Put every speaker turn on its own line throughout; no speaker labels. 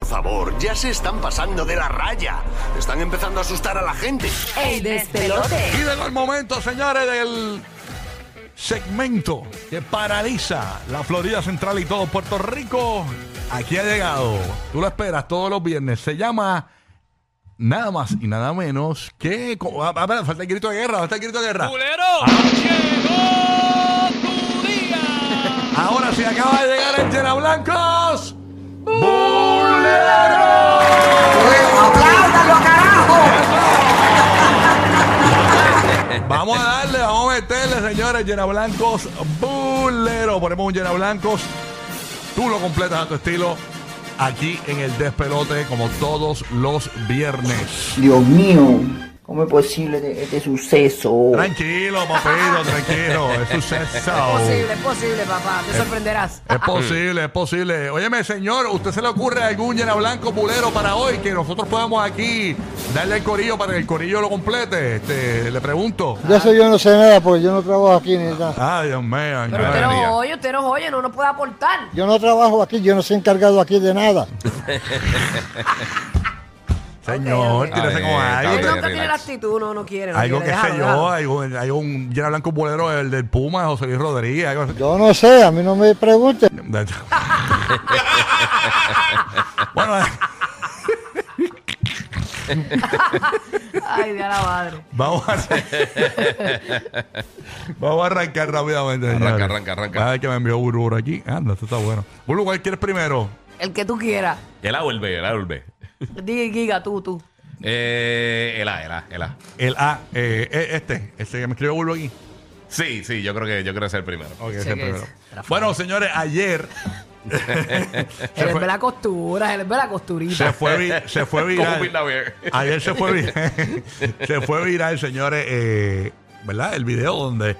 Por favor, ya se están pasando de la raya. Están empezando a asustar a la gente.
El despelote.
Y de los momentos, señores, del segmento que paraliza la Florida Central y todo Puerto Rico. Aquí ha llegado. Tú lo esperas todos los viernes. Se llama nada más y nada menos que. co- Ah, ah, espera, falta el grito de guerra. Falta el grito de guerra. Ah.
¡Culero! ¡Llegó tu día!
Ahora sí acaba de llegar el Llena Blancos. ¡Bulero!
¡Apláudalo, carajo!
Vamos a darle, vamos a meterle, señores, llena blancos, bulero. Ponemos un llena blancos. Tú lo completas a tu estilo aquí en el despelote, como todos los viernes.
Dios mío, ¿cómo es posible este, este suceso?
Tranquilo, papito, tranquilo. Es suceso.
Es posible, es posible, papá. Te sorprenderás. Ah,
Es posible, es posible. Óyeme, señor, ¿usted se le ocurre algún llena blanco bulero para hoy que nosotros podamos aquí darle el corillo para que el corillo lo complete? Este, le pregunto.
De eso yo no sé nada porque yo no trabajo aquí ni nada.
Ay, Dios mío.
Pero usted no oye, usted no oye, no nos puede aportar.
Yo no trabajo aquí, yo no soy encargado aquí de nada.
Señor,
Ok, ok.
tírese con
Está
algo.
Él
bien,
te-
nunca tiene la
relax.
actitud, no, no quiere. no
Algo que
quiere,
sé
déjalo,
yo,
déjalo.
hay un, hay un llena blanco bolero el del Puma, José Luis Rodríguez. algo así.
Yo no sé, a mí no me pregunten.
bueno, eh,
Ay, de a la madre.
vamos a Vamos a arrancar rápidamente.
Arranca,
señores.
arranca, arranca.
Vaya que me envió Burur aquí. Anda, esto está bueno. Burur, ¿cuál quieres primero?
El que tú quieras.
El A o el B, el A o el B.
Diga, giga, tú, tú.
Eh, el A, el A, el A.
El A, eh, eh, este, este que me escribió Burur aquí.
Sí, sí, yo creo que yo creo que es el primero.
Ok, ese
Ese
es el
que es.
primero. Bueno, señores, ayer
Él es
fue.
de la costura, él es de la costurita.
se fue, vi- se fue
Como
viral.
Bill Lavier.
Ayer se fue viral, se fue viral, señores, eh, ¿verdad? El video donde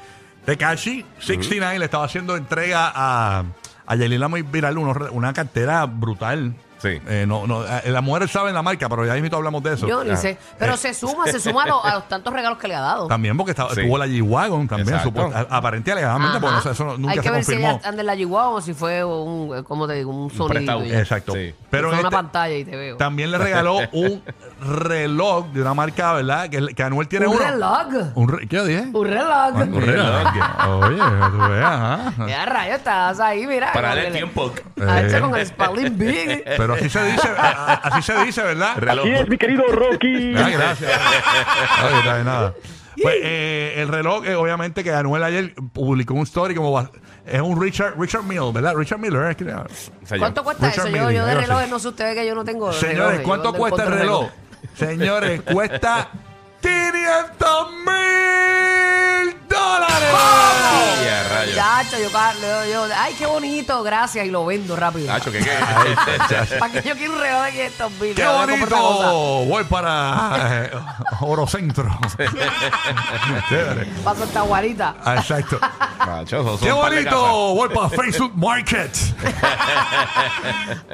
Tekashi 69 le estaba haciendo entrega a, a Yelila muy viral unos re- una cartera brutal.
Sí.
Eh, no, no, eh, las mujeres saben la marca, pero ya mismo hablamos de eso.
Yo ni
Ah.
sé. Pero se suma, se suma a los, a los tantos regalos que le ha dado.
También porque estaba,
Sí.
tuvo la G-Wagon también,
Exacto.
supuesta- a- aparente y alegadamente,
Ajá.
porque pues, no sé, eso no- nunca
Hay que
se
ver si
confirmó.
ella anda en la Yiguá o si fue un, como te digo, un sonido.
prestado.
ya.
Exacto.
Sí.
Eh, Pero
Fue
en
una
este-
pantalla y te veo.
también le regaló un reloj de una marca, ¿verdad? Que, que Anuel tiene
un
uno.
reloj.
Un re- ¿Qué yo dije?
Un reloj.
Un reloj. Oye, tú veas, ¿ah? ajá.
Ya rayo estás ahí, mira.
Para
con
darle
el-
tiempo.
A
Eh.
ese con el Spalding Big.
Pero así se dice, a- a- así se dice, ¿verdad?
Reloj.
mi querido Rocky.
Ah, gracias. Ay, está bien, nada. Pues eh, el reloj, eh, obviamente, que Anuel ayer publicó un story como va- es un Richard, Richard Mill, ¿verdad? Richard Miller. es que-
Señor.
¿Cuánto cuesta
Richard
eso? Yo, yo de
Mille,
relojes
gracias.
no sé ustedes que yo no tengo.
Señores,
relojes.
¿cuánto
Yo
cuesta el
encuentro
reloj?
relojes.
Señores, cuesta 500 mil dólares.
Y a rayos.
Chacho, yo, ca- yo- yo- ay, qué bonito, gracias, y lo vendo rápido.
Nacho, ¿qué, Este, qué?
¿Para qué yo quiero un reloj de 500 mil?
¡Qué
Yo voy a comprar otra cosa.
bonito! Voy para eh, Orocentro. Chévere.
Pa' Santa Juanita.
Ah, Exacto.
Nacho, esos son
¡Qué
un par de
bonito! Voy para Facebook Market.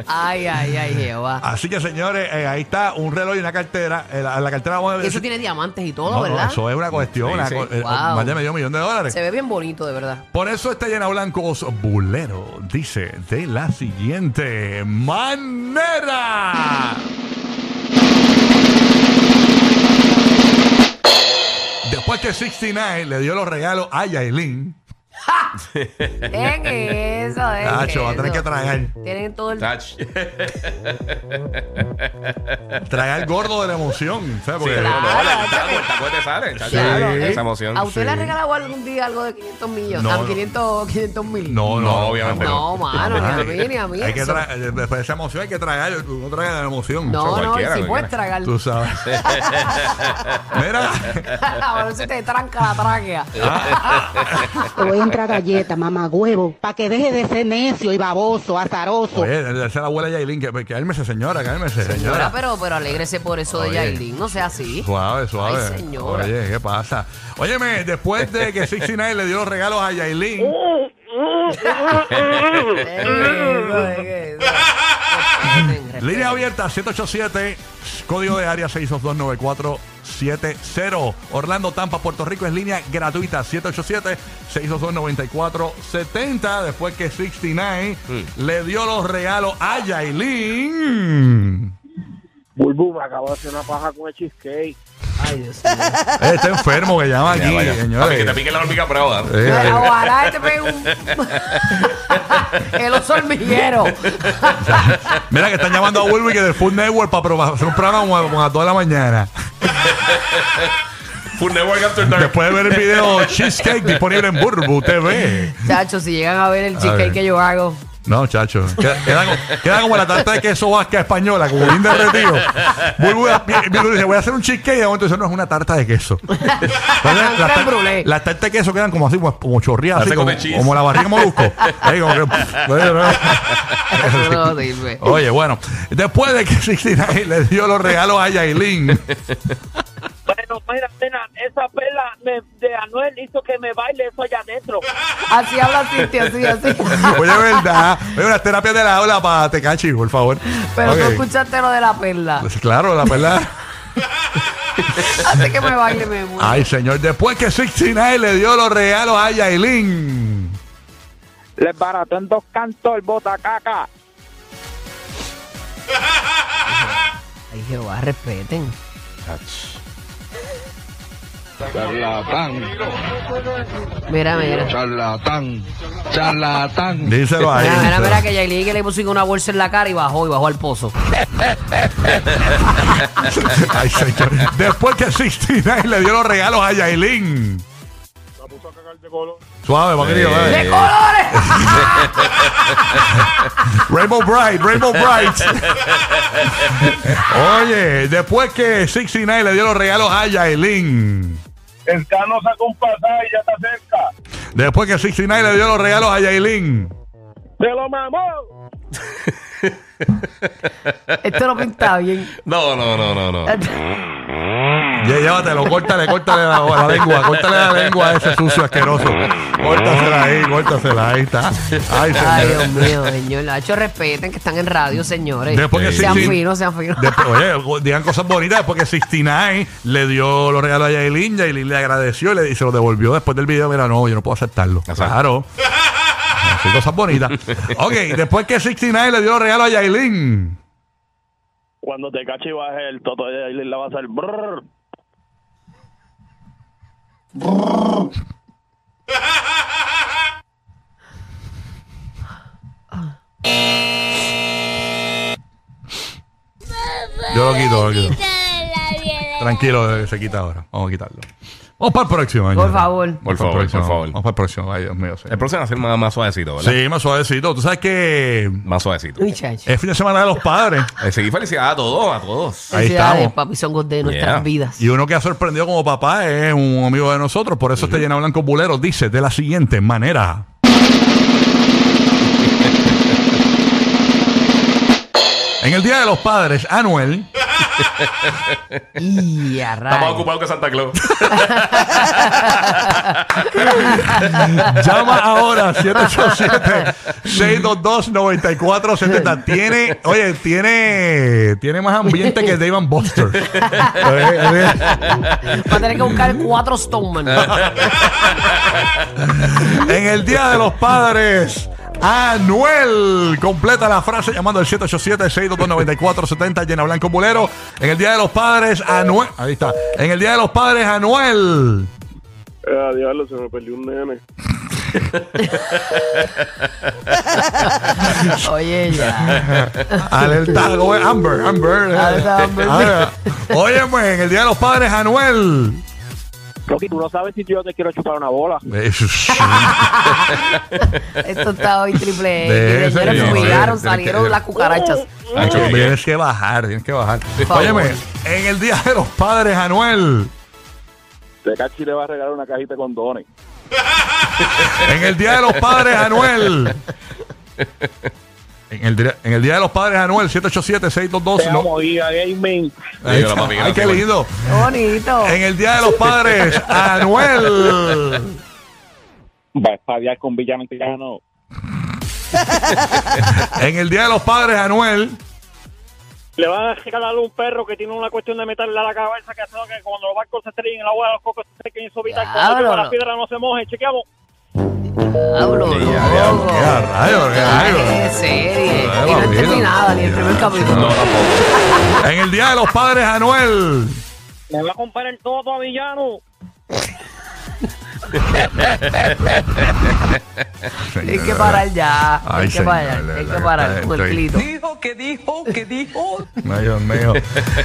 Ay, ay, ay, Jehová.
Así que, señores, eh, ahí está un reloj y una cartera. Eh, la, la cartera vamos a
Y eso tiene diamantes y todo,
No, no,
¿verdad?
eso es una cuestión.
Sí,
una
sí.
co- eh,
Wow.
Más de medio millón de dólares.
Se ve bien bonito, de verdad.
Por eso este llena blancos bulero dice de la siguiente manera. Después que 69 le dio los regalos a Yailin,
Dejen eso, dejen
Nacho, va a tener
eso.
que tragar.
Tienen todo el...
Nacho.
tragar gordo de la emoción. ¿sabes? Porque-
Sí, no, no, la
Claro.
mitad de la vuelta, ¿cómo te sale? Chacho,
Claro. ¿eh?
Esa emoción.
¿A usted le ha
sí.
regalado algún día algo de 500 millones?
No,
Ah,
no.
500, 500 mil.
No, no,
No, obviamente
No, mano, ni a mí, ni a mí.
Hay que
eso.
tra- eh, después de esa emoción hay que tragar, tú no tragas la emoción.
No,
¿sabes?
no,
Cualquiera,
si puedes
cualquiera.
tragar.
Tú sabes. Mira.
A ver si te tranca la tráquea.
Te voy a
compra galleta, mamá huevo, para que deje de ser necio y baboso, azaroso.
Oye, esa es la abuela Yailin, que, que álmese, señora, que álmese,
Señora,
señora.
pero, pero alégrese por eso de
Oye.
Yailin, no sea así.
Suave, suave.
Ay, señora.
Oye, ¿qué pasa? Óyeme, después de que 69 le dio los regalos a Yailin, línea abierta 787, código de área 6229470. Orlando, Tampa, Puerto Rico es línea gratuita 787-622-9470. Después que 69
Mm.
le dio los regalos a Yailin.
Bulbu me acabo de hacer una paja con el cheesecake.
Ay, Dios mío.
Eh, Está enfermo que llama
Ya,
aquí,
vaya. Papi, que te
señores.
pique la hormiga brava.
Eh, eh.
Ojalá te pegue un... el oso hormiguero.
Mira que están llamando a Wilby que del Food Network para probar- hacer un programa como a, como a toda la mañana.
Full Network After Dark.
Después de ver el video Cheesecake disponible en Burbu TV.
Chacho, si llegan a ver el cheesecake
ver.
que yo hago.
No, chacho. Queda, queda como- queda como la tarta de queso vasca española, como bien derretido. Burbu da- Burbu dice, voy a hacer un cheesecake y de momento eso no es una tarta de queso. Entonces, las,
creme
tar-
brulee.
las tartas de queso quedan como así, como, como chorreadas, así
Hace
como,
come cheese.
como la barriga molusco. Ahí como que,
Eso no sirve.
Oye, bueno, después de que 69 le dio los regalos a Yailin.
Bueno, mira, mira, esa perla me- de Anuel hizo que me baile eso allá adentro.
Así habla Cintia, así, así.
Oye, verdad. Oye, unas terapias de la ola para Tecachi, por favor.
Pero
Ok.
no escuchaste lo de la perla.
Pues claro, la verdad.
Hace que me baile, me muero.
Ay, señor, después que 69 le dio los regalos a Yailin.
Les barató en dos cantos el botacaca.
Ay, Jehová, respeten. Mira, mira.
charlatán, charlatán.
Díselo ahí.
Mira, mira, mira que Yailin que le puso una bolsa en la cara y bajó y bajó al pozo.
Ay, señor. Después que 69 le dio los regalos a Yailin. Suave, va querido. eh.
¡De colores!
Rainbow Bright, Rainbow Bright. Oye, después que 69 le dio los regalos a Yailin.
El cano sacó un pasaje y ya está cerca.
Después que 69 le dio los regalos a Yailin.
¡Se lo mamó!
Esto no pinta bien.
No, no, no, no, no.
Ya, llévatelo, córtale, córtale la, la lengua, córtale la lengua a ese sucio asqueroso. Córtasela ahí, córtasela, ahí está. Ay,
Ay,
señor.
Dios mío, señor. Nacho, respeten que están en radio, señores.
Después que
sean
sí, sí.
finos, sean finos.
Después, oye, digan cosas bonitas después que 69 le dio los regalos a Yailin, Yailin le agradeció y, le, y se los devolvió después del video. Mira, no, yo no puedo aceptarlo.
Exacto.
Claro. Así cosas bonitas. Ok, después que 69 le dio los regalos a Yailin.
Cuando te cache y baje el toto de Yailin, la va a hacer brrr.
Yo lo quito, lo quito. Tranquilo, eh, se quita ahora. Vamos a quitarlo. Vamos para el próximo.
Por
señora.
favor.
Vamos
Por
para el
favor,
próximo.
por favor.
Vamos para el próximo. Ay, Dios mío. señor.
El próximo va a ser más, más suavecito, ¿verdad?
Sí, más suavecito. Tú sabes que
Más suavecito.
Uy, chacho.
es fin de semana de los padres.
Eh, seguí felicidad a todos, a todos.
ahí
Felicidades,
estamos.
papi, son God de nuestras
Yeah.
vidas.
Y uno que ha sorprendido como papá es un amigo de nosotros. Por eso este llena blanco bulero dice de la siguiente manera. En el Día de los Padres, Anuel
Y a
Está más
rayos.
ocupado que Santa Claus.
Llama ahora 787-622-9470. Tiene, oye, tiene, tiene más ambiente que Dave and Buster. Eh,
Va a tener que buscar cuatro Stoneman.
eh, en el Día de los Padres. Anuel completa la frase llamando al 787-622-9470 llena blanco bolero. En el Día de los Padres, Anuel. Ahí está. En el Día de los Padres, Anuel.
Ah, diablo, se me perdió un nene.
Oye, ya.
Alerta, ¿cómo es? Amber, Amber.
Alerta, Amber.
Ah, Óyeme, en el Día de los Padres, Anuel.
Rocky, tú no sabes si yo te quiero chupar una bola.
Eh,
Esto está hoy triple
De ese
E.
eh,
Señores,
señor,
fumigaron,
sí.
salieron las cucarachas.
Nacho,
Nacho,
¿qué?
tienes que bajar, tienes que bajar.
favor.
Óyeme, en el Día de los Padres, Anuel.
Te cache y le va a regalar una cajita con dones.
En el Día de los Padres, Anuel. En el, día- en el Día de los Padres, Anuel, 787-622. No.
Gaming.
Ahí está.
Dígalo, papi,
Ay,
gracias,
qué
bueno.
lindo.
Qué bonito.
En el Día de los Padres, Anuel.
Va a estar con Villanueva.
En el Día de los Padres, Anuel.
Le van a regalar un perro que tiene una cuestión de metal en la cabeza que hace que cuando los barcos se estrellen en el agua de los cocos se sequen y su vida cuando
Diablo.
llueva la piedra no se moje. Chequeamos.
Hablo,
Diablo,
loco.
qué rayo, qué
Ay,
rayo.
qué
Ay,
serie. Y no he
papito.
terminado ni el primer capítulo.
No, En el Día de los Padres, Anuel.
Me va a comprar el todo a Villano.
Hay que parar ya.
pues, Ay,
hay que
señor,
parar.
la
Hay que
verdad,
parar.
estoy-
Puerquito.
Ay, Dios mío.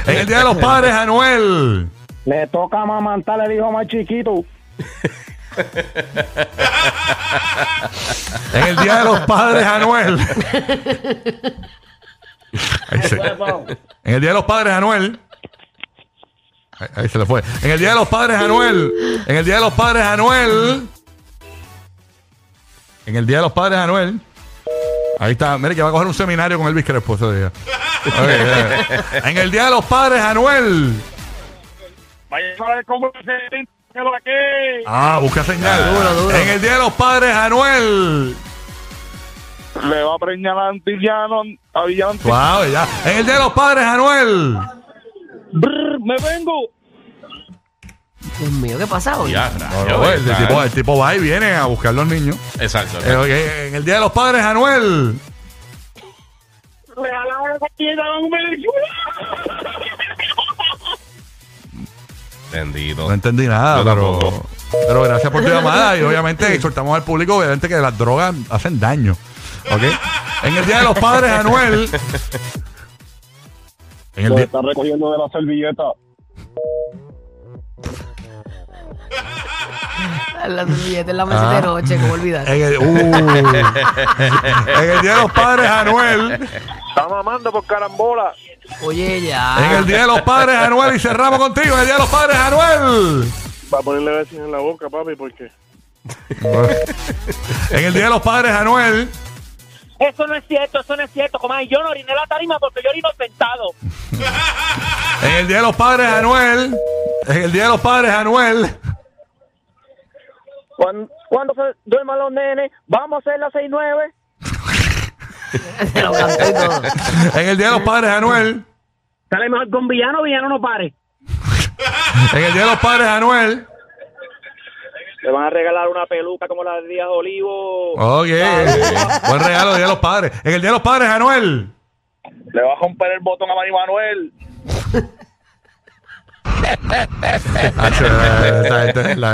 En el Día de los Padres, Anuel.
Le toca amamantar el hijo más chiquito.
En el Día de los Padres, Anuel. Ahí se- En el Día de los Padres, Anuel. Ahí, ahí se le fue. En el Día de los Padres, Anuel. En el Día de los Padres, Anuel. En el Día de los Padres, Anuel. Ahí está. Mire que va a coger un seminario con Elvis Crespo ese día. Ok, ya. en el Día de los Padres, Anuel.
Vaya a ver cómo se lo aquí.
Ah, busca señal.
Duro, duro.
En el Día de los Padres, Anuel.
Le va a preñar a Villano. A Villano.
Wow, ya. En el Día de los Padres, Anuel.
me vengo.
Dios mío, ¿qué pasa hoy?
Ya,
No,
ya,
no, el,
está.
tipo, el tipo va y viene a buscar los niños.
Exacto.
Eh, ok, en el Día de los Padres, Anuel.
Le jalaron la tienda a un
Entendido.
No entendí nada,
Yo
pero,
tampoco.
pero gracias por tu llamada. Y obviamente exhortamos al público, obviamente, que las drogas hacen daño. ¿Ok? En el Día de los Padres, Anuel. En el día-
recogiendo de la servilleta.
La servilleta
Ah.
en la mesa de noche, ¿cómo olvidar?
en el, uh. En el Día de los Padres, Anuel.
Está mamando por carambola.
Oye,
En
ya.
el Día de los Padres, Anuel. Y cerramos contigo. En el Día de los Padres, Anuel.
Va a ponerle besos en la boca, papi, porque...
En el Día de los Padres, Anuel.
Eso no es cierto, eso no es cierto, comadre. Yo no oriné la tarima porque yo orino sentado.
En el Día de los Padres, Anuel. En el Día de los Padres, Anuel.
Cuando, cuando se duerman los nenes, vamos a hacer las 6-9.
Se lo cantó y todo.
En el Día de los Padres, Anuel.
Sale mejor con villano, villano no pare.
En el Día de los Padres, Anuel.
Le van a regalar una peluca como la de Díaz Olivo.
Ok. Buen regalo, Día de los Padres. En el Día de los Padres, Anuel.
Le va a romper el botón a Mari Manuel.